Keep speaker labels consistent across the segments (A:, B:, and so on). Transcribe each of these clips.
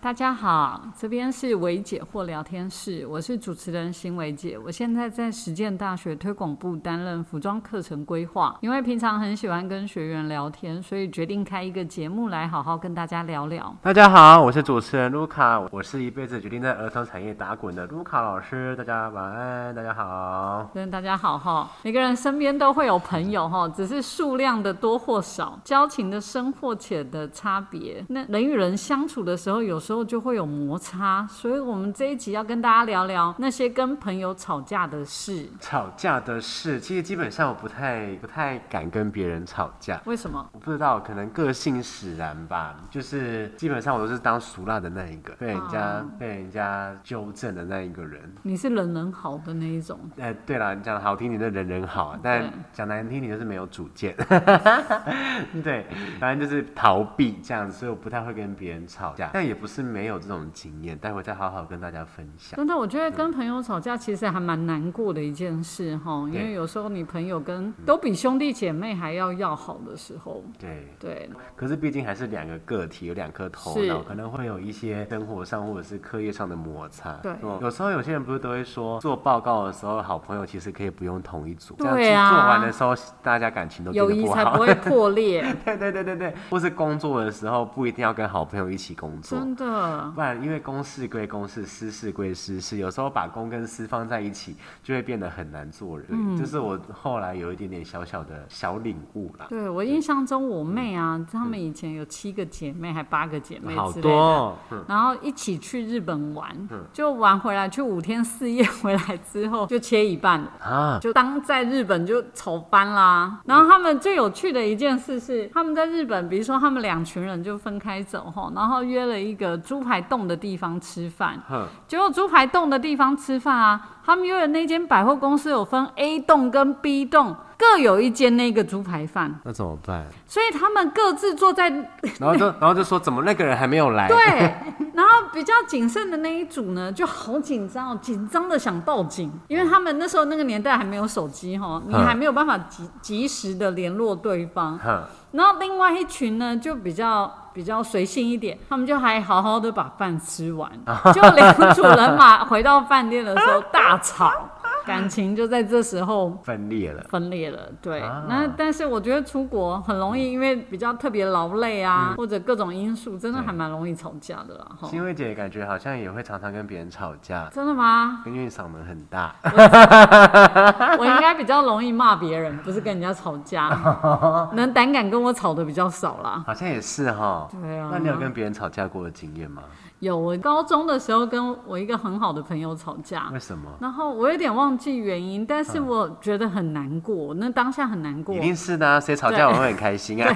A: 大家好，这边是维解惑聊天室，我是主持人邢维解。我现在在实践大学推广部担任服装课程规划，因为平常很喜欢跟学员聊天，所以决定开一个节目来好好跟大家聊聊。
B: 大家好，我是主持人卢卡，我是一辈子决定在儿童产业打滚的卢卡老师。大家晚安，大家好。
A: 真的大家好哈，每个人身边都会有朋友哈，只是数量的多或少，交情的深或浅的差别。那人与人相处的时候，有时候就会有摩擦，所以我们这一集要跟大家聊聊那些跟朋友吵架的事。
B: 吵架的事，其实基本上我不太不太敢跟别人吵架，
A: 为什么？
B: 我不知道，可能个性使然吧，就是基本上我都是当俗辣的那一个，被人家、
A: 啊
B: 被人家纠正的那一个人。
A: 你是人人好的那一种，
B: 哎，对了，你讲得好听，你的人人好，啊
A: 对
B: 但讲难听，你就是没有主见。 对，反正就是逃避这样子，所以我不太会跟别人吵架，但也不是没有这种经验，待会再好好跟大家分享。
A: 真的，我觉得跟朋友吵架其实还蛮难过的一件事哈，因为
B: 对
A: 有时候你朋友跟都比兄弟姐妹还要要好的时候，
B: 对，
A: 对，
B: 可是毕竟还是两个个体，有两颗头
A: 是
B: 脑，可能会有一些生活上或者是课业上的摩擦。
A: 对
B: 嗯有时候有些人不是都会说，做报告的时候，好朋友其实可以不用同一组，
A: 对啊
B: 这样做完的时候，大家感情都变
A: 友
B: 得
A: 谊
B: 不
A: 才
B: 好
A: 不。会破 裂，
B: 对对对对对，或是工作的时候不一定要跟好朋友一起工作，
A: 真的。
B: 不然因为公事归公事，私事归私事，有时候把公跟私放在一起，就会变得很难做人。
A: 嗯
B: 对，这是我后来有一点点小小的小领悟啦。
A: 对我印象中，我妹
B: 嗯
A: 啊，她们以前有七个姐妹，还八个姐妹
B: 好
A: 之类
B: 多、嗯
A: 的。
B: 哦，嗯
A: 然后一起去日本玩，就玩回来，去五天四夜回来之后就切一半了，
B: 啊，
A: 就当在日本就丑翻啦。然后他们最有趣的一件事是，他们在日本，比如说他们两群人就分开走吼，然后约了一个猪排洞的地方吃饭，
B: 哼，
A: 结果猪排洞的地方吃饭啊，他们约的那间百货公司有分 A 栋跟 B 栋，各有一间那个猪排饭，
B: 那怎么办？
A: 所以他们各自坐在
B: 然后就然后就说怎么那个人还没有来？
A: 对，然后比较谨慎的那一组呢，就好紧张哦，紧张的想报警，因为他们那时候那个年代还没有手机哈，你
B: 嗯
A: 还没有办法及及时的联络对方，
B: 哼，
A: 然后另外一群呢，就比较比较随性一点，他们就还好好的把饭吃完，就两组人马回到饭店的时候大吵，感情就在这时候。
B: 分裂了。
A: 分裂了，对。
B: 啊
A: 那但是我觉得出国很容易，因为比较特别劳累啊，或者各种因素，真的
B: 嗯对
A: 还蛮容易吵架的啦。哈，
B: 欣慰姐感觉好像也会常常跟别人吵架，
A: 真的 吗？
B: 因为嗓门很大。
A: 我应该比较容易骂别人，不是跟人家吵 架，能胆敢跟我吵的比较少啦。
B: 好像也是哈。
A: 对啊
B: 那你有跟别人吵架过的经验吗？
A: 有，我高中的时候跟我一个很好的朋友吵架，
B: 为什么？
A: 然后我有点忘记原因，但
B: 嗯
A: 是我觉得很难过，那当下很难过
B: 一，定是的啊，谁吵架我会很开心啊。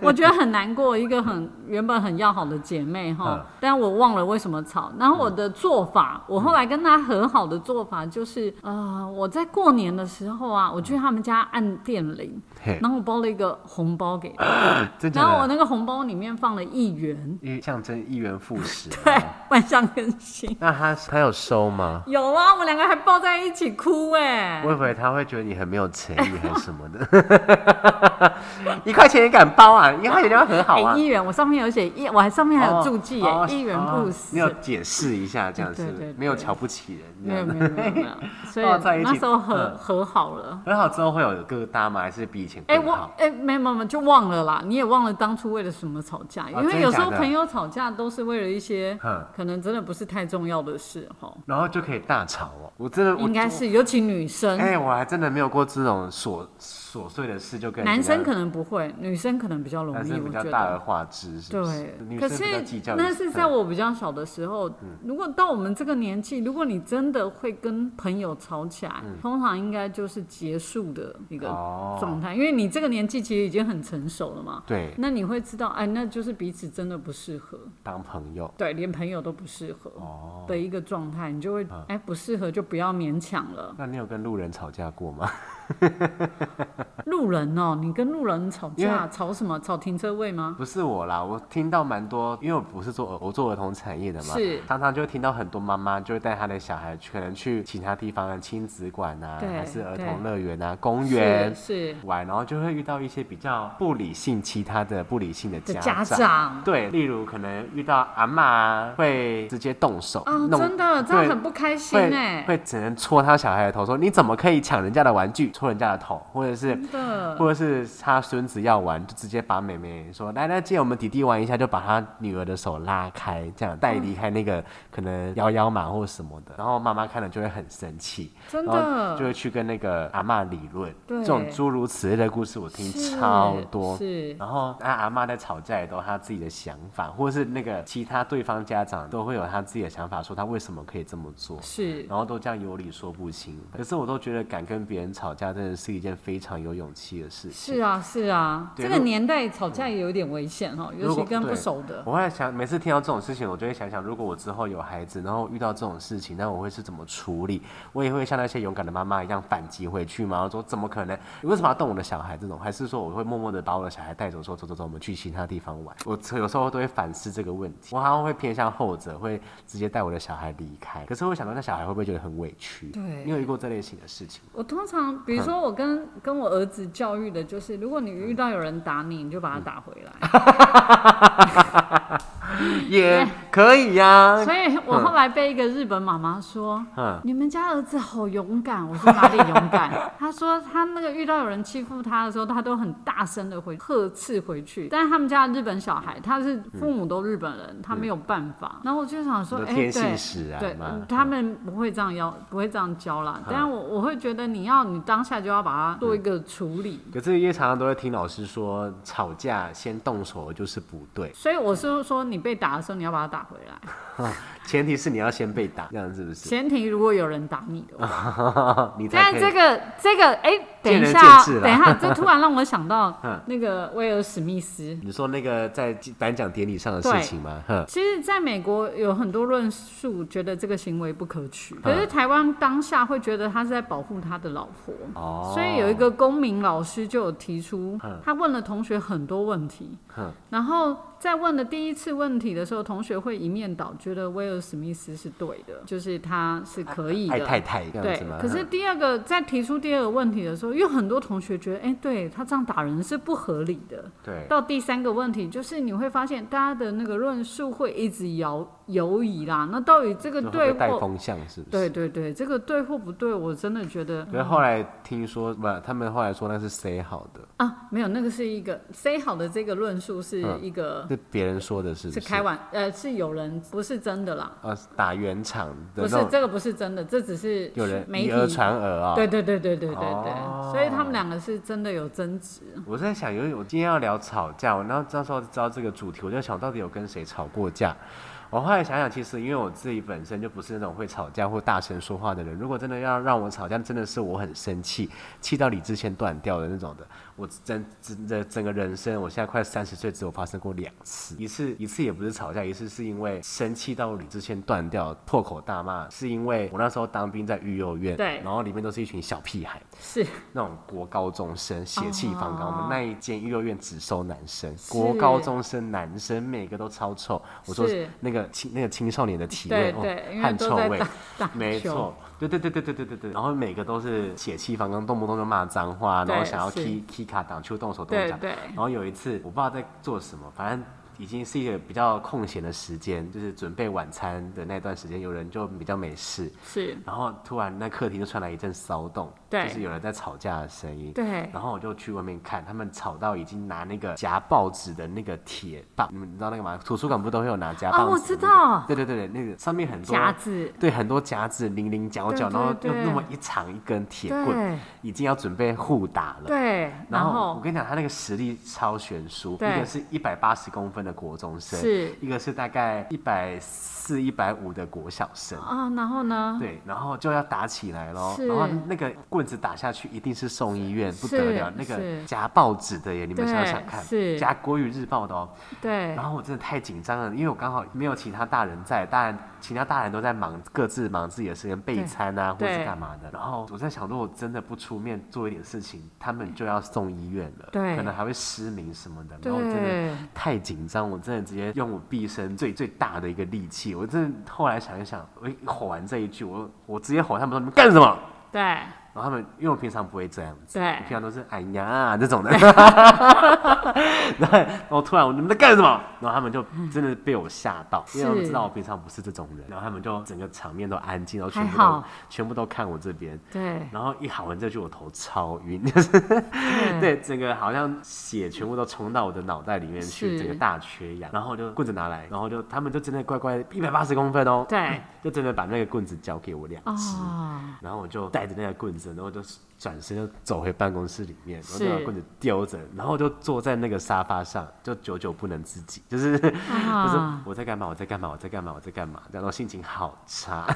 A: 我觉得很难过。一个很原本很要好的姐妹哈
B: 嗯，
A: 但我忘了为什么吵。然后我的做法，我后来跟她和好的做法就是，呃，我在过年的时候啊，我去他们家按电铃，
B: 嘿，
A: 然后我包了一个红包给她，
B: 嗯啊真
A: 然后我
B: 假的？嗯
A: 那个红包里面放了一元，
B: 因为象征一元复始。
A: 对，万象更新。
B: 那他他有收吗？
A: 有啊，我们两个还抱在一起哭哎、
B: 我以为他会觉得你很没有诚意还是什么的。 一块钱也敢包啊？一块钱就要很好
A: 哎、
B: 啊。
A: 一元，我上面有写一，我还上面还有注记耶，哎
B: 哦
A: 一元
B: 哦
A: 不
B: 你
A: 死。
B: 有解释一下这样
A: 对
B: 是
A: 对对
B: 没有瞧不起人这
A: 没有
B: 样。
A: 没有没有没有，所以
B: 哦在一起
A: 那时候和、
B: 嗯
A: 和好了。
B: 很好之后会有疙瘩吗？还是比以前
A: 哎、
B: 更
A: 我
B: 好？
A: 哎、没有没有没有就忘了啦，你也忘了当初为了什么吵架，因
B: 啊真
A: 为
B: 的
A: 有时
B: 假
A: 候
B: 的
A: 朋友吵架都是为了一些
B: 嗯
A: 可能真的不是太重要的事哈，
B: 然后就可以大吵哦。我真的我
A: 应该是尤其女生，
B: 哎、我还真的没有过这种琐琐碎的事就跟人
A: 男生
B: 家
A: 可能不会，女生可能比较容
B: 男
A: 易，
B: 生
A: 我
B: 比
A: 觉
B: 较大而
A: 得。
B: 化之，是不是？
A: 对，
B: 女
A: 可
B: 生
A: 是
B: 比较计较一些。嗯
A: 那是在我比较小的时候，如果到我们这个年纪，如果你真的会跟朋友吵起来，通常应该就是结束的一个
B: 嗯哦
A: 状态，因为你这个年纪其实已经很成熟了嘛。
B: 对
A: 那你会知道，哎，那就是彼此真的不适合，
B: 当朋友
A: 对，连朋友都不适合
B: 哦。嗯
A: 的一个状态，你就会，哎，不适合就不要勉强了。
B: 那你有跟路人吵架过吗？
A: 路人哦，你跟路人吵
B: 因
A: 架，
B: 为
A: 吵什么？吵停车位吗？
B: 不是我啦，我听到蛮多，因为我不是做儿我做儿童产业的嘛，
A: 是
B: 常常就会听到很多妈妈就会带她的小孩去，可能去其他地方的亲子馆啊，
A: 对
B: 还是儿
A: 对
B: 童乐园啊、公园
A: 是是
B: 玩，然后就会遇到一些比较不理性、其他的不理性的
A: 的
B: 家
A: 家
B: 长。
A: 长啊
B: 对，例如可能遇到阿妈会直接动手，
A: 啊，
B: 弄
A: 真的这样
B: 对
A: 很不开心
B: 会
A: 哎，
B: 会只能戳他小孩的头，说你怎么可以抢人家的玩具，戳人家的头，或者是
A: 真的
B: 或者是他孙子要玩，就直接把妹妹说来来借我们弟弟玩一下，就把他女儿的手拉开，这样带离开那个、可能摇摇马或什么的，然后妈妈看了就会很生气，
A: 真
B: 然后就
A: 的
B: 会去跟那个阿嬷理论。
A: 对
B: 这种诸如此类的故事我听
A: 是
B: 超多。
A: 是
B: 然后那阿嬷在吵架也都有她自己的想法，或者是那个其他对方家长都会有他自己的想法，说他为什么可以这么做。
A: 是
B: 然后都这样有理说不清。可是我都觉得敢跟别人吵架，真的是一件非常有勇气的事情。
A: 是啊是啊，
B: 对
A: 这个
B: 如
A: 年代吵架也有点危险哦，尤
B: 如
A: 其
B: 果
A: 跟不
B: 对
A: 熟的。
B: 我在想，每次听到这种事情，我就会想想，如果我之后有孩子，然后遇到这种事情，那我会是怎么处理？我也会像那些勇敢的妈妈一样反击回去吗？我说怎么可能？你为什么要动我的小孩？这种还是说我会默默的把我的小孩带走，说走走走，我们去其他地方玩？我有时候都会反思这个问题。我好像会偏向后者，会直接带我的小孩离开。可是我想到那小孩会不会觉得很委屈？
A: 对
B: 你有遇过这类型的事情吗？
A: 我通常，比如
B: 嗯
A: 说我跟跟我儿子教育的就是，如果你遇到有人打你，你就把他打回来。
B: 也可以呀、
A: 所以我后来被一个日本妈妈说
B: 嗯：“
A: 你们家儿子好勇敢。”我说：“哪里勇敢？” 她说：“她那个遇到有人欺负她的时候，她都很大声的回呵斥回去。但是他们家的日本小孩，他是父母都日本人，他没有办法。然后我就想说：“
B: 你的
A: 哎，
B: 嗯天
A: 对
B: 性。”使然
A: 对
B: 嘛，，嗯
A: 他们不会这样要，不会这样教啦。但是我我会觉得你要你当下就要把它做一个处理，
B: 可是因为常常都会听老师说，吵架先动手就是不对，
A: 所以我是说，你被打的时候，你要把它打回来。
B: 前提是你要先被打，这样是不是？
A: 前提如果有人打你的话，
B: 你才
A: 哦但
B: 可以。
A: 这个这个，哎、等
B: 见
A: 一
B: 仁
A: 下啊，
B: 见智啦
A: 等一下，这突然让我想到
B: 嗯
A: 那个威尔史密斯。
B: 你说那个在颁奖典礼上的事情吗？哼，
A: 其实，在美国有很多论述觉得这个行为不可取，
B: 嗯
A: 可是台湾当下会觉得他是在保护他的老婆。
B: 哦，
A: 所以有一个公民老师就有提出
B: 嗯，
A: 他问了同学很多问题
B: 嗯，
A: 然后在问的第一次问题的时候，同学会一面倒，觉得威尔史密斯是对的，就是他是可以
B: 爱太
A: 的。
B: 太这样
A: 对
B: 子吗？，
A: 可是
B: 哼
A: 第二个在提出第二个问题的时候，有很多同学觉得，哎、对他这样打人是不合理的。
B: 对，
A: 到第三个问题，就是你会发现大家的那个论述会一直摇游移啦。那到底这个
B: 就会
A: 对
B: 被带
A: 或
B: 风向是不是？
A: 对。对对，这个对或不对，我真的觉得
B: 可是后来听说，不，他们后来说那是谁好的，
A: 啊，没有，那个是一个 say 好的这个论述是
B: 嗯
A: 一个、
B: 是别人说的，是不
A: 是
B: 是？
A: 开玩呃是有人不是真的啦，
B: 呃打圆场
A: 不
B: 的那
A: 是
B: 种，
A: 这个不是真的，这只是
B: 有人
A: 媒
B: 以
A: 体
B: 讹传讹啊。
A: 对对对对对对对，
B: 哦
A: 所以他们两个是真的有争执。
B: 我在想，因为我今天要聊吵架，我那那时候知道这个主题，我就想到底有跟谁吵过架。我后来想想，其实因为我自己本身就不是那种会吵架或大声说话的人，如果真的要让我吵架，真的是我很生气，气到理智线断掉的那种的。我整整整整个人生，我现在快三十岁，只有发生过两次，一次一次也不是吵架，一次是因为生气到理智线断掉，破口大骂，是因为我那时候当兵在育幼院，
A: 对
B: 然后里面都是一群小屁孩，
A: 是
B: 那种国高中生血气方刚，
A: 哦
B: 我们那一间幼儿园只收男生，
A: 是
B: 国高中生男生每个都超臭。我说
A: 是
B: 那个青那个青少年的体
A: 对
B: 味，
A: 对，
B: 哦、
A: 因为
B: 汗臭
A: 都在
B: 味
A: 打，打球，
B: 没错，对对对对对对对对。然后每个都是血气方刚，动不动就骂脏话，然后
A: 对
B: 想要
A: 是
B: k k 卡挡球动手动
A: 对
B: 脚。
A: 对
B: 然后有一次我不知道在做什么，反正。已经是一个比较空闲的时间，就是准备晚餐的那段时间，有人就比较没事，
A: 是，
B: 然后突然那客厅就传来一阵骚动，
A: 对
B: 就是有人在吵架的声音。
A: 对
B: 然后我就去外面看，他们吵到已经拿那个夹报纸的那个铁棒，你们知道那个吗？图书馆不都会有拿夹
A: 啊
B: 报纸、
A: 我知道
B: 对对对对，那个上面很多
A: 夹子，
B: 对，很多夹子零零角
A: 对
B: 角，
A: 对
B: 然后
A: 对
B: 又那么一长一根铁
A: 对
B: 棍，已经要准备互打了。
A: 对，然
B: 然后我
A: 后
B: 跟你讲，他那个实力超悬殊，
A: 对
B: 一个是一百八十公分的国中生，
A: 是
B: 一个是大概一百四、一百五的国小生。
A: 啊，然后呢？
B: 对，然后就要打起来咯，
A: 是
B: 然后那个棍子打下去一定是送医院，不
A: 是
B: 得了。那
A: 是
B: 个夹报纸的耶，你们
A: 对
B: 想想看，
A: 是
B: 夹国语日报的哦。
A: 对
B: 然，后我真的太紧张了，因为我刚好没有其他大人在，当然其他大人都在忙各自忙自己的事情，备餐啊，或
A: 对
B: 是干嘛的。然后我在想，如果真的不出面做一点事情，他们就要送医院了，
A: 对
B: 可能还会失明什么的。然后我真的
A: 对，
B: 太紧张，我真的直接用我毕生最最大的一个力气，我真的后来想一想，我一吼完这一句，我我直接吼他们说你们干什么？
A: 对，
B: 然后他们因为我平常不会这样子，
A: 对
B: 我平常都是哎呀这种的，然后然后突然我你们在干什么？然后他们就真的被我吓到，因为他们
A: 是
B: 知道我平常不是这种人，然后他们就整个场面都安静，然后
A: 还
B: 全部
A: 好
B: 都全部都看我这边，
A: 对，
B: 然后一喊完这句我头超晕，就是
A: 对，
B: 对，整个好像血全部都冲到我的脑袋里面去，
A: 是
B: 整个大缺氧。然后我就棍子拿来，然后就他们就真的乖乖一百八十公分哦，
A: 对，
B: 就真的把那个棍子交给我两只，
A: 啊，
B: 然后我就带着那个棍子，然后就转身就走回办公室里面，然后就把
A: 是
B: 棍子丢着，然后就坐在那个沙发上，就久久不能自己，就是、就是
A: 啊
B: 我在干嘛，我在干嘛，我在干嘛，我在干嘛，然后心情好差。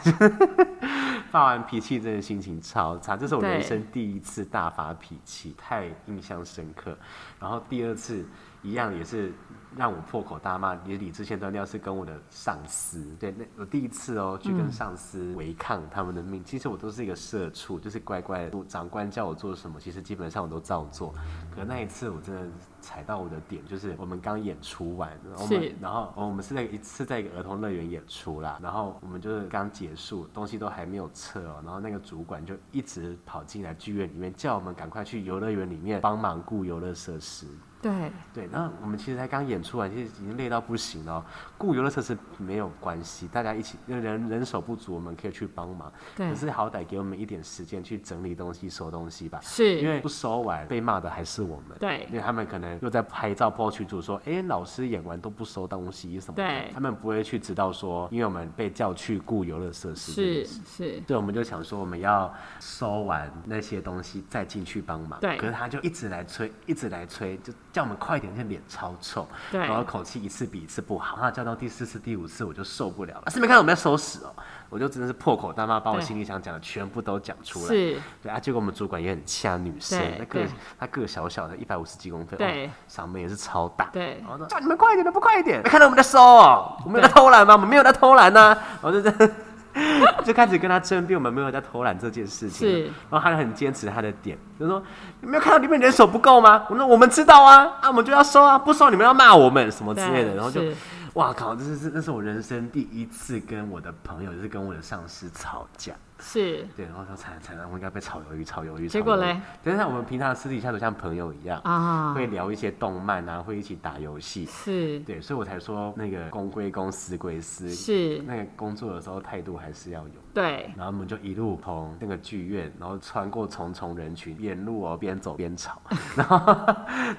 B: 发完脾气真的心情超差，这是我
A: 对
B: 人生第一次大发脾气，太印象深刻。然后第二次一样也是让我破口大骂，也理智线断掉，是跟我的上司。对，那我第一次哦去跟上司违抗他们的命。其实我都是一个社畜，就是乖乖的，长官叫我做什么，其实基本上我都照做。可那一次我真的踩到我的点，就是我们刚演出完，然后我们
A: 是
B: 然后哦我们是在一次在一个儿童乐园演出啦，然后我们就是刚结束，东西都还没有撤哦，然后那个主管就一直跑进来剧院里面，叫我们赶快去游乐园里面帮忙顾游乐设施。
A: 对，
B: 对，然后我们其实才刚演出完，其实已经累到不行了哦。顾游乐设施没有关系，大家一起人人手不足，我们可以去帮忙。
A: 对
B: 可是好歹给我们一点时间去整理东西、收东西吧。因
A: 是，
B: 为不收完，被骂的还是我们。
A: 对
B: 因为他们可能又在拍照 po 群主说，哎、老师演完都不收东西什么的。
A: 对
B: 他们不会去知道说，因为我们被叫去雇游乐设
A: 是，
B: 施。
A: 是，
B: 对，我们就想说我们要收完那些东西再进去帮忙。
A: 对
B: 可是他就一直来催，一直来催，就叫我们快点，那脸超臭，
A: 对
B: 然后口气一次比一次不好。那叫到第四次、第五次我就受不了了，是没看到我们在收拾哦，我就真的是破口大骂，把我
A: 对
B: 心里想讲的全部都讲出来。
A: 是，
B: 对啊，结果我们主管也很呛女生
A: 对，
B: 那个
A: 对
B: 她个小小的，一百五十几公分，
A: 对
B: 哦，嗓门也是超大，
A: 对
B: 然后说叫你们快一点的，不快一点，没哎看到我们在收哦，我们有在偷懒吗？我们没有在偷懒呢、然后就这。 就开始跟他争辩，我们没有在偷懒这件事情。
A: 是
B: 然后他很坚持他的点，就说你没有看到里面人手不够吗？我说我们知道啊，啊我们就要收啊，不收你们要骂我们什么之类的。
A: 对
B: 然后就是哇靠，这是这是我人生第一次跟我的朋友，就是跟我的上司吵架。
A: 是，
B: 对，然后说惨了惨了，我应该被炒鱿鱼，炒鱿鱼。
A: 结
B: 炒
A: 果
B: 鱿鱼
A: 嘞？
B: 但是我们平常私底下都像朋友一样
A: 啊
B: 会聊一些动漫啊，会一起打游戏。
A: 是，
B: 对，所以我才说那个公归公，私归私。
A: 是
B: 那个工作的时候态度还是要有。
A: 对，
B: 然后我们就一路从那个剧院，然后穿过重重人群，沿路哦边走 边吵，然后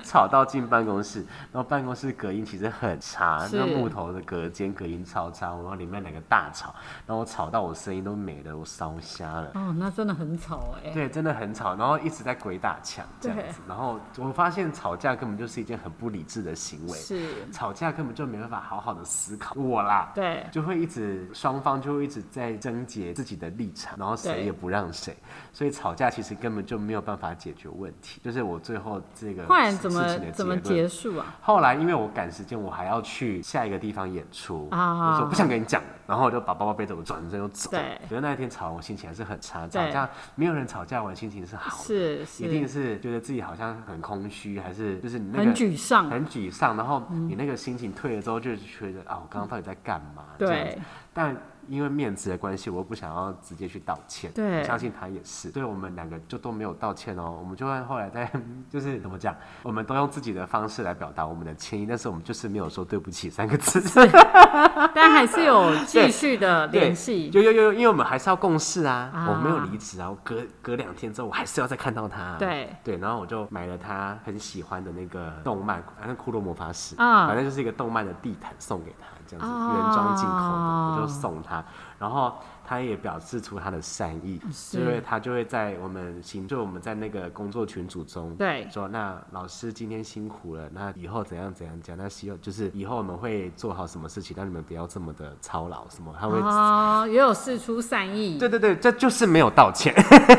B: 吵到进办公室，然后办公室隔音其实很差，
A: 是
B: 那木头的隔间隔音超差，然后里面两个大吵，然后吵到我声音都没了，我烧瞎了。
A: 哦，那真的很吵哎，
B: 对，真的很吵，然后一直在鬼打墙这样
A: 对
B: 子。然后我发现吵架根本就是一件很不理智的行为，
A: 是，
B: 吵架根本就没办法好好的思考。我啦，
A: 对，
B: 就会一直双方就会一直在纠结自己的立场，然后谁
A: 对
B: 也不让谁，所以吵架其实根本就没有办法解决问题。就是我最后这个
A: 后来
B: 事
A: 怎
B: 情
A: 么
B: 的
A: 怎么
B: 结
A: 结
B: 论
A: 束啊？
B: 后来因为我赶时间，我还要去下一个地方演出，
A: 啊
B: 我说不想跟你讲了，然后我就把包包背着，我转身就走。
A: 对
B: 可是那一天吵完，我心情还是很差。吵
A: 对
B: 架没有人吵架完心情是好
A: 是
B: 的，一定
A: 是，
B: 是觉得自己好像很空虚，还是就是你那个
A: 很沮嗯丧，
B: 很沮丧，然后你那个心情退了之后，就觉得啊，我刚刚到底在干嘛？这样子
A: 对，
B: 但因为面子的关系，我又不想要直接去道歉。
A: 对
B: 我相信他也是，所以我们两个就都没有道歉哦。我们就算后来 在就是怎么讲，我们都用自己的方式来表达我们的歉意，但是我们就是没有说对不起三个字。
A: 但还是有继
B: 对
A: 续的
B: 对
A: 联系，
B: 有有有，因为我们还是要共事啊，
A: 啊
B: 我没有离职啊，我隔隔两天之后我还是要再看到他、啊
A: 对
B: 对，然后我就买了他很喜欢的那个动漫，反正《骷髅魔法使》
A: 啊
B: 反正就是一个动漫的地毯送给他，这样子
A: 啊
B: 原装进口的，我就送他，然后。他也表示出他的善意，
A: 嗯是
B: 因为他就会在我们行，就我们在那个工作群组中，
A: 对
B: 说那老师今天辛苦了，那以后怎样怎样讲，那希望就是以后我们会做好什么事情，让你们不要这么的操劳什么，他会。
A: 哦，也有事出善意，
B: 对对对，这就是没有道歉，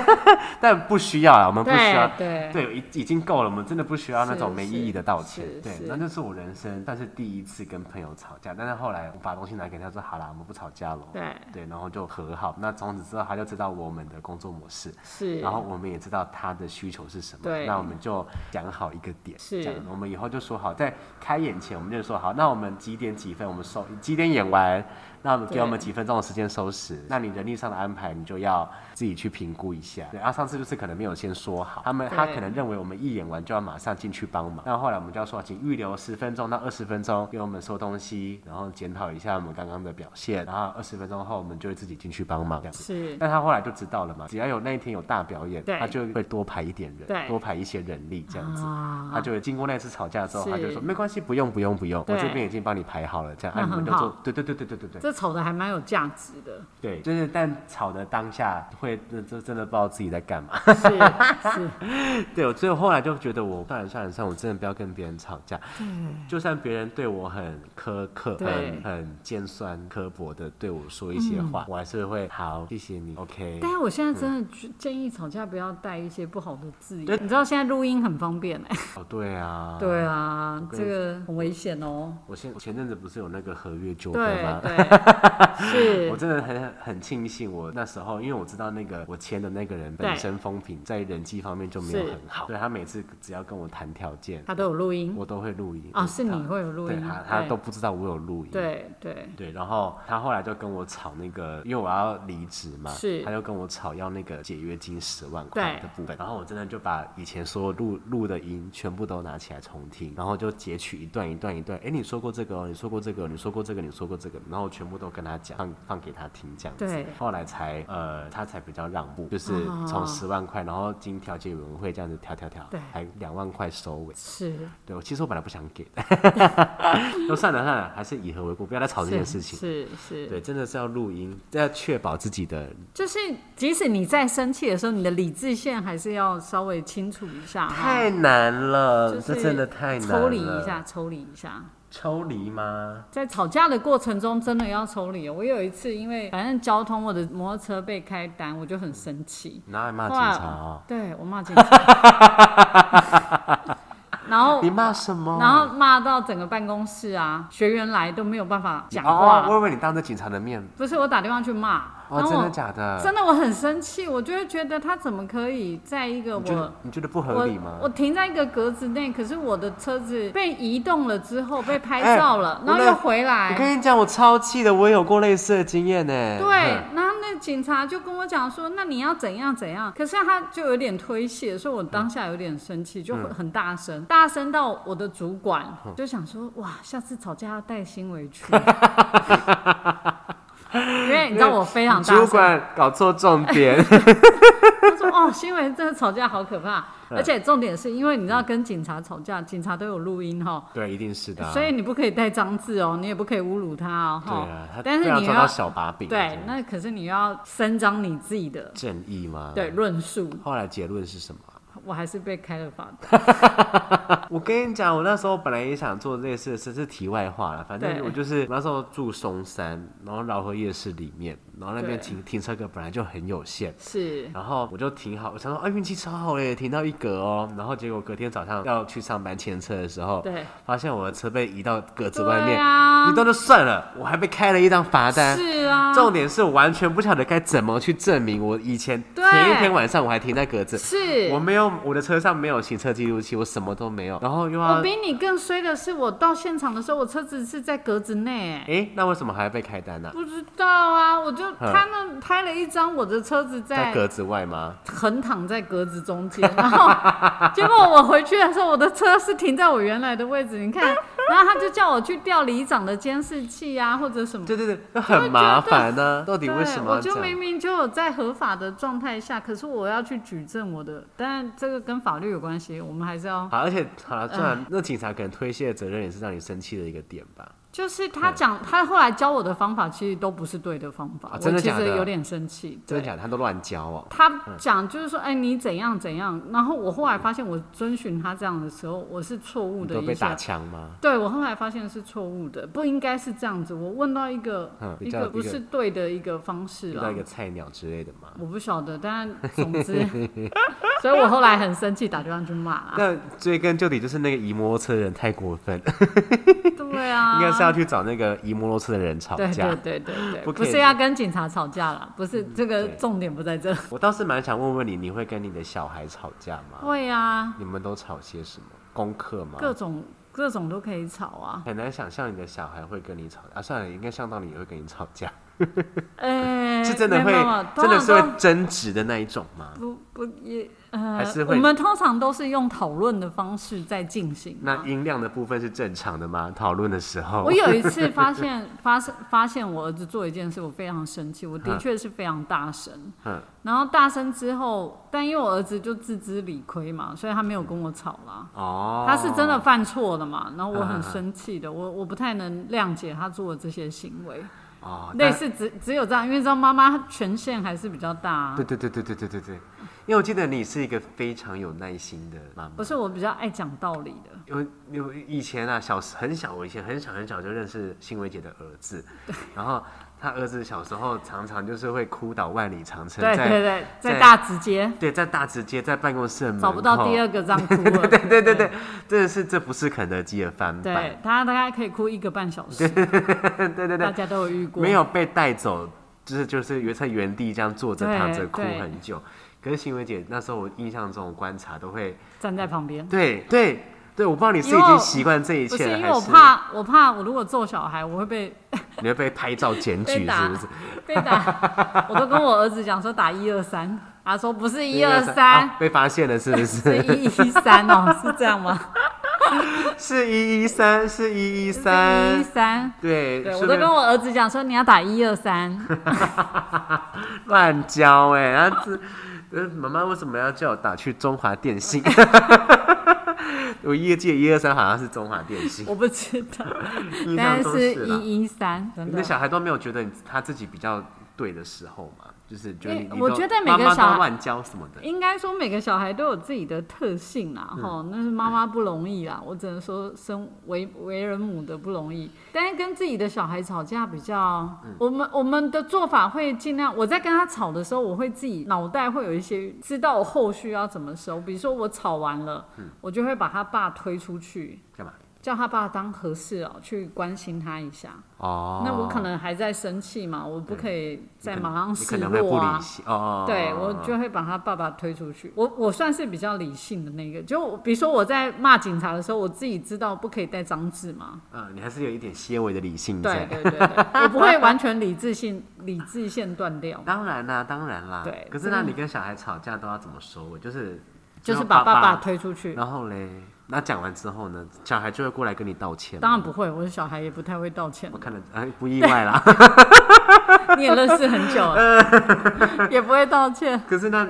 B: 但不需要啊，我们不需要
A: 对，对
B: 对，已已经够了，我们真的不需要那种没意义的道歉
A: 是是。
B: 对
A: 是，
B: 那那是我人生但是第一次跟朋友吵架，但是后来我把东西拿给他说，好啦，我们不吵架了。
A: 对
B: 对，然后就和好。那从此之后，他就知道我们的工作模式，
A: 是，
B: 然后我们也知道他的需求是什么。
A: 对
B: 那我们就讲好一个点，
A: 是
B: 这样。我们以后就说好，在开演前我们就说好，那我们几点几分我们收，几点演完，那我们给
A: 对
B: 我们几分钟的时间收拾。那你人力上的安排，你就要自己去评估一下。对，啊，上次就是可能没有先说好，他们他
A: 对
B: 可能认为我们一演完就要马上进去帮忙，那后来我们就要说，请预留十分钟到二十分钟给我们收东西，然后检讨一下我们刚刚的表现，然后二十分钟后我们就会自己进去帮忙这样子。
A: 是
B: 但他后来就知道了嘛，只要有那一天有大表演，
A: 对
B: 他就会多排一点人，
A: 对
B: 多排一些人力这样子。
A: 啊
B: 他，就会经过那次吵架之后，
A: 是
B: 他就说没关系，不用不用不用，我
A: 对
B: 这边已经帮你排好了，这样，啊，
A: 那
B: 你们
A: 很
B: 就
A: 好
B: 做，对对对对对对对
A: 这吵的还蛮有价值 的，
B: 对，就是但吵的当下会，这这真的不知道自己在干
A: 嗯
B: 嘛。
A: 是是，
B: 对，我最后后来就觉得我算了算了算了，我真的不要跟别人吵架，就算别人对我很苛刻、
A: 嗯对嗯
B: 很很尖酸刻薄的对我说一些话，我还是会好，谢谢你，OK。
A: 但是我现在真的建议吵架不要带一些不好的字眼，你知道现在录音很方便哎、
B: 哦，对啊，
A: 对啊，
B: 跟
A: 这个很危险哦、
B: 我前我前阵子不是有那个合约纠纷
A: 对
B: 吗？
A: 对，
B: 我
A: 是，
B: 真的很很庆幸，我那时候因为我知道那个我签的那个人本
A: 对
B: 身风评在人际方面就没有
A: 是
B: 很好，对他每次只要跟我谈条件，
A: 他都有录音
B: 我都会录音
A: 啊，是你会有录
B: 对
A: 音啊
B: 他，他都不知道我有录音，
A: 对对
B: 对，然后他后来就跟我吵那个，因为我要离职嘛，
A: 是
B: 他就跟我吵要那个解约金十万块
A: 对
B: 的部分，然后我真的就把以前所有录录的音全部都拿起来重听，然后就截取一段一段一段，哎，你说过这个哦，你说过这个哦，你说过这个，你说过这个，然后我全部都跟他讲，放放给他听这样子，
A: 对
B: 后来才呃，他才比较让步，就是
A: 哦
B: 从十万块，然后经调解委员会这样子调调调
A: 对，
B: 还两万块收尾，
A: 是，
B: 对，我其实我本来不想给的， 都算了算了，还是以和为贵，不要再吵这件事情。
A: 是是
B: 对，真的是要录音，要确保自己的。
A: 就是即使你在生气的时候，你的理智线还是要稍微清楚一下哈，
B: 太难了，
A: 啊就是
B: 这真的太难了。
A: 抽离一，下，抽离一下。
B: 抽离吗？
A: 在吵架的过程中，真的要抽离哦。我有一次，因为反正交通，我的摩托车被开单，我就很生气，
B: 哪里骂警
A: 后来
B: 察啊、
A: 对我骂警察， 然后
B: 你骂什么？
A: 然后骂到整个办公室啊，学员来都没有办法讲
B: 哦
A: 话，，
B: 我以为你当着警察的面。
A: 不是我打电话去骂，
B: 哦，
A: 然后
B: 真的
A: 我
B: 假的？
A: 真的我很生气，我就会觉得他怎么可以在一个
B: 你觉
A: 我
B: 得。你觉得不合
A: 我
B: 理吗
A: 我？停在一个格子内，可是我的车子被移动了之后被拍照了，然后又回
B: 哎我
A: 来。
B: 跟你讲，我超气的，我也有过类似的经验呢。
A: 对，
B: 嗯
A: 然后那警察就跟我讲说，那你要怎样怎样。可是他就有点推卸，所以我当下有点生气，
B: 嗯
A: 就很大声，大声到我的主管就想说，哇，下次吵架要带新围裙。 因为你知道我非常
B: 哼，
A: 大声，
B: 主管搞错重点。
A: 他说：“哦，新闻真的吵架好可怕，
B: 嗯
A: 而且重点是因为你知道跟警察吵架，警察都有录音哈，
B: 对，一定是的啊。
A: 所以你不可以带脏字哦，你也不可以侮辱他哦，
B: 对
A: 哈、
B: 啊，他
A: 但
B: 非
A: 是
B: 常
A: 你
B: 抓到
A: 要
B: 小把柄啊。
A: 对
B: 真的，
A: 那可是你要伸张你自己的
B: 正义吗？
A: 对。论述，
B: 后来结论是什么？
A: 我还是被开了罚单。
B: 我跟你讲，我那时候本来也想做类似的事，是题外话了。反正
A: 对
B: 我就是我那时候住松山，然后饶河夜市里面，然后那边
A: 对
B: 停停车格本来就很有限。
A: 是
B: 然后我就停好，我想说啊运气超好耶，停到一格哦。然后结果隔天早上要去上班前车的时候，
A: 对
B: 发现我的车被移到格子
A: 对
B: 外面，
A: 啊
B: 移动就算了，我还被开了一张罚单。
A: 是啊，
B: 重点是我完全不晓得该怎么去证明我以前
A: 对
B: 前一天晚上我还停在格子，
A: 是
B: 我没有我的车上没有行车记录器，我什么都没有，然后又
A: 我
B: 要
A: 比你更衰的是，我到现场的时候，我车子是在格子内。哎
B: 诶，那为什么还要被开单呢、
A: 不知道啊，我就他们拍了一张我的车子
B: 嗯在格子外吗？
A: 横躺在格子中间，然后结果我回去的时候，我的车是停在我原来的位置，你看， 然后他就叫我去调里长的监视器啊，或者什么。
B: 对对对，那很麻烦呢、到底为什么
A: 我
B: 要这
A: 就明
B: 样？
A: 明就有在合法的状态下，可是我要去举证我的，但这个跟法律有关
B: 啊
A: 系，我们还是要嗯
B: 好，而且好了，算了，那警察可能推卸的责任也是让你生气的一个点吧？
A: 就是他讲，他后来教我的方法其实都不是对的方法，
B: 啊真的
A: 我其
B: 假的
A: 实有点生气。
B: 真
A: 对
B: 的假的？他都乱教哦。
A: 他讲就是说，哎、你怎样怎样，然后我后来发现我遵循他这样的时候，我是错误
B: 你
A: 的
B: 都被
A: 一些。
B: 打枪吗？
A: 对我后来发现是错误的，不应该是这样子。我问到一个、
B: 嗯比
A: 一
B: 较
A: 个
B: 一
A: 不
B: 个
A: 是对的一个方式
B: 遇
A: 了
B: 到一，个嗯菜鸟之类的吗？
A: 我不晓得，但总 之，所以我后来很生气，打电话去骂啦。
B: 那追根究底就是那个移摩托车的人太过分，
A: 啊对啊，
B: 应该是要去找那个移摩托车的人吵
A: 对
B: 架
A: 对。对对对，
B: 不
A: 不
B: 可以
A: 是要跟警察吵架啦，不是这个
B: 对啊
A: 重点不在这。
B: 我倒是蛮想问问你，你会跟你的小孩吵架吗？
A: 会啊，
B: 你们都吵些什么？功课吗？
A: 各种各种都可以吵 啊。
B: 很难想象你的小孩会跟你吵啊！算了，应该上到你也会跟你吵 架，
A: 呃，
B: 是真的
A: 没
B: 会
A: 有没有，
B: 真的是
A: 通常
B: 会争执的那一种吗
A: 都？不不也呃，
B: 还是会
A: 我们通常都是用讨论的方式在进行啊。
B: 那音量的部分是正常的吗？讨论的时候
A: 我，有一 次发现，发生发现我儿子做一件事，我非常生气，我的确是非常大声。
B: 嗯
A: 然后大声之后，但因为我儿子就自知理亏嘛，所以他没有跟我吵啦。
B: 哦，
A: 他是真的犯错了嘛？然后我
B: 嗯嗯
A: 很
B: 嗯
A: 生气的，我我不太能谅解他做的这些行为，
B: 哦，
A: 类
B: 但
A: 似只只有这样，因为知道妈妈权限还是比较大啊、
B: 对对对对对对对对，因为我记得你是一个非常有耐心的妈妈
A: 不。是我比较爱讲道理的，
B: 因为因为以前啊，小时很小，我以前很小很小就认识欣薇姐的儿 子，然后她儿子小时候常常就是会哭倒万里长城，
A: 对
B: 在
A: 对对，
B: 在
A: 在大直接
B: 对在大直街，在办公室的门
A: 找不到
B: 口
A: 第二个这样哭了，
B: 对对对对，真的是这不是肯德基的翻版
A: 对，他大概可以哭一个半小时，
B: 对对
A: 大
B: 对，
A: 家都有遇过，
B: 没有被带走，就是就是原在原地这样坐着
A: 对
B: 躺着哭
A: 对
B: 很久。可是欣薇姐那时候我印象中我观察都会，
A: 站在旁边。
B: 对对对，我不知道你是
A: 因
B: 已
A: 为
B: 经
A: 我
B: 习惯这一
A: 不
B: 切
A: 是
B: 了，
A: 因为
B: 还
A: 我怕，我怕我如果揍小孩，我会被
B: 你会被拍照检举
A: 被打
B: 是不是？
A: 被打。 我都跟我儿子讲说打一二三，他说不是一二三
B: 啊，被发现了是 不
A: 是
B: 是？
A: 一一三哦，是这样吗？
B: 是一一三，是一一
A: 一一
B: 三，
A: 三。
B: 对，
A: 对，我
B: 是
A: 都
B: 不是
A: 跟我儿子讲说你要打一二三，
B: 乱教哎、然后这，呃，妈妈为什么要叫我打去中华电信？ 我业界一二三好像是中华电信，
A: 我不知 道，
B: 印象
A: 但
B: 中
A: 是
B: 啦。
A: 一一三，真
B: 你
A: 的
B: 的。小孩都没有觉得他自己比较对的时候嘛？就是觉得你，
A: 因为
B: 你
A: 我
B: 都
A: 觉得每
B: 妈
A: 个
B: 妈
A: 小
B: 都
A: 孩
B: 乱教什么的，
A: 应该说每个小孩都有自己的特性啦，
B: 嗯
A: 吼、那是妈妈不容易啦，我只能说生为为人母的不容易。但是跟自己的小孩吵架比较，
B: 嗯
A: 我们我们的做法会尽量，我在跟他吵的时候，我会自己脑袋会有一些知道我后续要怎么收，比如说我吵完了，
B: 嗯
A: 我就会把他爸推出去。
B: 干嘛？
A: 叫他爸当和事佬去关心他一下，
B: 哦，
A: 那我可能还在生气嘛，我不可以再马上
B: 你可
A: 示
B: 能会不
A: 弱啊
B: 理。性哦。
A: 对我就会把他爸爸推出去。我我算是比较理性的那个，就我比如说我在骂警察的时候，我自己知道不可以带脏字嘛。
B: 嗯，你还是有一点些微的理性
A: 对
B: 在。
A: 对对 对，我不会完全理智性理智线断掉，
B: 当然啦，当然啦。
A: 对
B: 可是
A: 真的
B: 那你跟小孩吵架都要怎么收尾？就是
A: 就是
B: 让
A: 把爸爸
B: 爸，
A: 推出去。
B: 然后嘞，那讲完之后呢，小孩就会过来跟你道歉吗。
A: 当然不会，我的小孩也不太会道歉
B: 我，看了，哎，不意外啦。
A: 你也认识很久了， 也不会道歉。
B: 可是那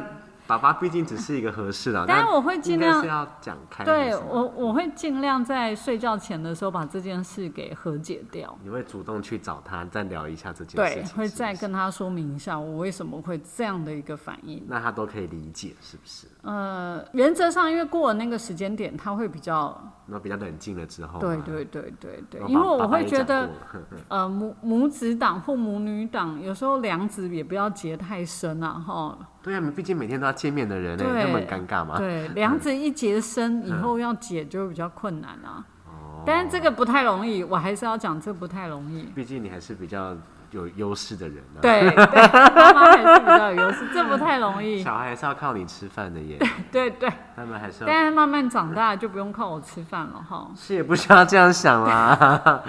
B: 爸爸毕竟只是一个合适的，
A: 当然
B: 那
A: 我会尽
B: 应该
A: 量
B: 是要讲开。
A: 对我，我会尽量在睡觉前的时候把这件事给和解掉。
B: 你会主动去找他再聊一下这件事
A: 对
B: 情，，
A: 会
B: 是不
A: 再
B: 是
A: 跟他说明一下我为什么会这样的一个反应。
B: 那他都可以理解，是不是？
A: 呃，原则上因为过了那个时间点，他会比较，
B: 那比较冷静了之后嘛，
A: 对对对对对
B: 然，后
A: 因为
B: 爸
A: 我
B: 爸爸
A: 会
B: 也
A: 觉
B: 讲
A: 得
B: 过，了
A: 呃，母母子党或母女党，有时候梁子也不要结太深啊，哈，
B: 对啊，你毕竟每天都要见面的人呢，
A: 对
B: 那么很尴尬嘛。
A: 对，梁子一结深，以
B: 嗯
A: 后要解就会比较困难啊。
B: 哦
A: 但是这个不太容易，我还是要讲，这不太容易。
B: 毕竟你还是比较有优势的人啊。
A: 对 对，妈妈还是比较有优势，这不太容易。
B: 小孩还是要靠你吃饭的耶，
A: 对对，
B: 他们还是要。
A: 但是慢慢长大就不用靠我吃饭了哈。
B: 是也不需要这样 想啦，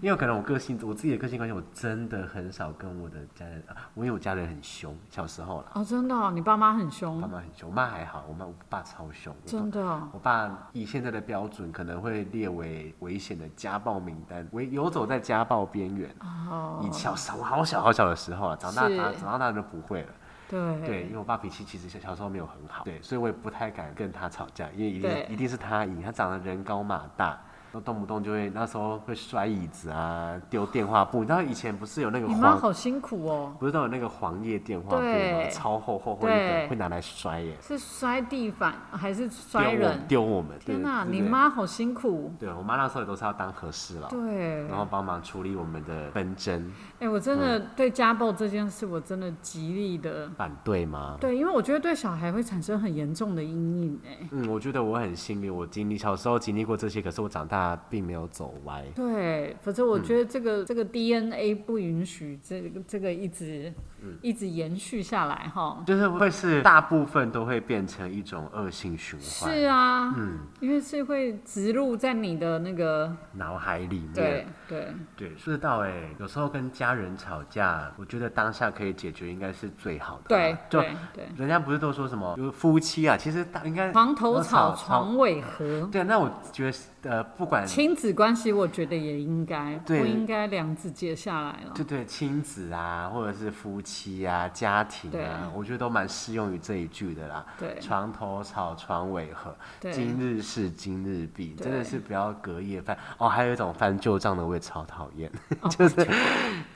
B: 因为可能我个性，我自己的个性关系，我真的很少跟我的家人，啊我因为我家人很凶，小时候啦，
A: 哦，真的、哦，你爸妈很
B: 我
A: 凶
B: 爸，妈很凶，我妈还好，我妈我爸超凶，我爸
A: 真的、哦。
B: 我爸以现在的标准，可能会列为危险的家暴名单，为游走在家暴边缘。
A: 哦，
B: 以小时候我好小好小的时候啊，长大
A: 是
B: 长长大就不会了。
A: 对
B: 对，因为我爸脾气其实小小时候没有很好，对，所以我也不太敢跟他吵架，因为一定
A: 对
B: 一定是他赢，他长得人高马大。都动不动就会那时候会摔椅子啊，丢电话簿。你知道以前不是有那个
A: 你妈
B: 黄，
A: 好辛苦哦，
B: 不是都有那个黄页电话簿吗
A: 对？
B: 超厚厚厚一本，
A: 对
B: 会拿来摔耶，
A: 是摔地板还是
B: 丢
A: 摔
B: 我
A: 人？
B: 丢我们。对
A: 天哪、
B: 对
A: 你
B: 对
A: 妈好辛苦。
B: 对我妈那时候也都是要当和事佬，
A: 对，
B: 然后嗯帮忙处理我们的纷争，
A: 哎、我真的对家暴这件事，我真的极力的。
B: 反对吗？
A: 对，因为我觉得对小孩会产生很严重的阴影、哎，
B: 嗯，我觉得我很幸运，我经历小时候经历过这些，可是我长大并没有走歪。
A: 对，否则我觉得
B: 嗯
A: 这个、这个 DNA 不允许这个这个一直、
B: 嗯
A: 一直延续下来哈。
B: 就是会是大部分都会变成一种恶性循环，
A: 是啊，
B: 嗯
A: 因为是会植入在你的那个，
B: 脑海里面。
A: 对对，
B: 对，说得到哎、有时候跟家人吵架，我觉得当下可以解决应该是最好的啊。
A: 对
B: 就
A: 对对，
B: 人家不是都说什么，就是夫妻啊，其实大 应该
A: 床头吵，
B: 要
A: 床尾 和，
B: 对，那我觉得呃，不管
A: 亲子关系我觉得也应该不
B: 对
A: 应该两子结下来了。
B: 对对亲子啊，或者是夫妻啊、家庭
A: 对
B: 啊
A: 啊，
B: 我觉得都蛮适用于这一句的啦。
A: 对
B: 床头吵，床尾和，
A: 对
B: 今日事今日毕，
A: 对
B: 真的是不要隔夜翻。哦，还有一种翻旧账的，我也超讨厌，
A: 哦
B: 就是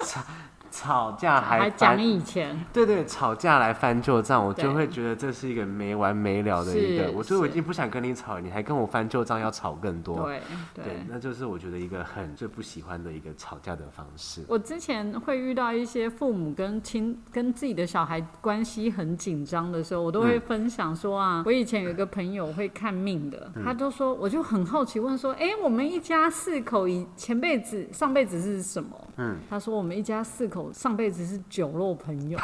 B: 吵吵架还
A: 还
B: 翻
A: 讲以前，
B: 对对，吵架来翻旧账，我就
A: 对
B: 会觉得这是一个没完没了的一个，
A: 是
B: 我所以我已
A: 是
B: 经不想跟你吵，你还跟我翻旧账，要吵更多。
A: 对对。
B: 那就是我觉得一个很最不喜欢的一个吵架的方式。
A: 我之前会遇到一些父母跟亲跟自己的小孩关系很紧张的时候，我都会
B: 嗯
A: 分享说啊，我以前有一个朋友会看命的，
B: 嗯
A: 他就说，我就很好奇问说，哎、我们一家四口以前辈子上辈子是什么？嗯，他说我们一家四口上辈子是酒肉朋 友，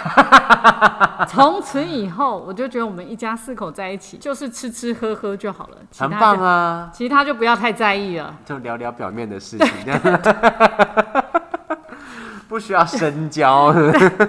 A: 从此以后我就觉得我们一家四口在一起就是吃吃喝喝就好了，其
B: 很
A: 他
B: 棒
A: 就、
B: 啊，
A: 其他就不要太在意了。
B: 就聊聊表面的事情，这样 不需要深交，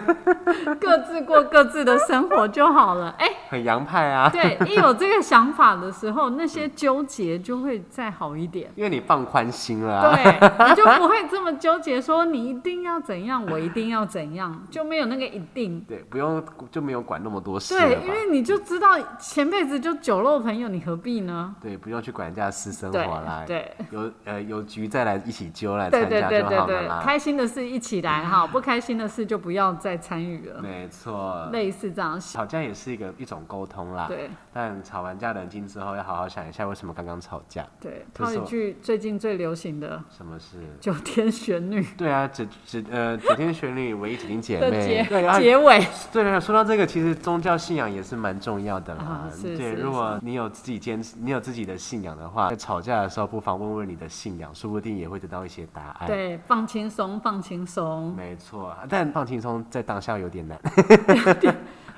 A: 各自过各自的生活就好了。哎、
B: 很洋派啊。
A: 对，一有这个想法的时候，那些纠结就会再好一点。
B: 因为你放宽心了啊，
A: 对，你就不会这么纠结，说你一定要怎样，我一定要怎样，就没有那个一定。
B: 对，不用就没有管那么多事
A: 对
B: 了，
A: 因
B: 吧？
A: 为你就知道前辈子就酒肉朋友，你何必呢？
B: 对，不用去管人家私生
A: 对
B: 活啦。
A: 对
B: 有呃有局再来一起揪来
A: 对
B: 参
A: 对
B: 加
A: 对
B: 就
A: 对
B: 好了啦
A: 对，。开心的事一起来哈，不开心的事就不要再参与了，
B: 没错，
A: 类似这样想。
B: 吵架也是一个一种沟通啦。
A: 对
B: 但吵完架冷静之后，要好好想一下为什么刚刚吵架，
A: 对，
B: 这
A: 套
B: 是
A: 一
B: 我
A: 句最近最流行的
B: 什么事？
A: 《九天玄女
B: 对啊，指指呃指天旋律唯一指定》姐
A: 的
B: 妹
A: 结。
B: 对，然后
A: 结尾。
B: 对对，说到这个，其实宗教信仰也是蛮重要的啦。
A: 啊是
B: 对，
A: 是
B: 如果你有自己坚持，你有自己的信仰的话，在吵架的时候不妨问问你的信仰，说不定也会得到一些答案。，
A: 对，放轻松，放轻松。
B: 没错。但放轻松在当下有点难。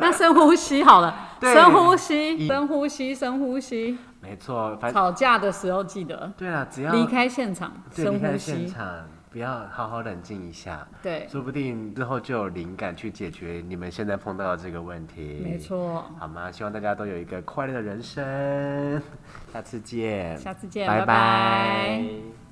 A: 那深呼吸好了，
B: 对
A: 深呼
B: 一
A: 吸，深呼吸，深呼吸。
B: 没错，反正
A: 吵架的时候记得
B: 对啦，哎只要
A: 离开现场，
B: 对离
A: 深
B: 开
A: 呼
B: 现
A: 吸。
B: 场，不要好好冷静一下。
A: 对，
B: 说不定之后就有灵感去解决你们现在碰到的这个问题。
A: 没，错。
B: 好吗？希望大家都有一个快乐的人生，下次见，
A: 下次见
B: 拜
A: 拜拜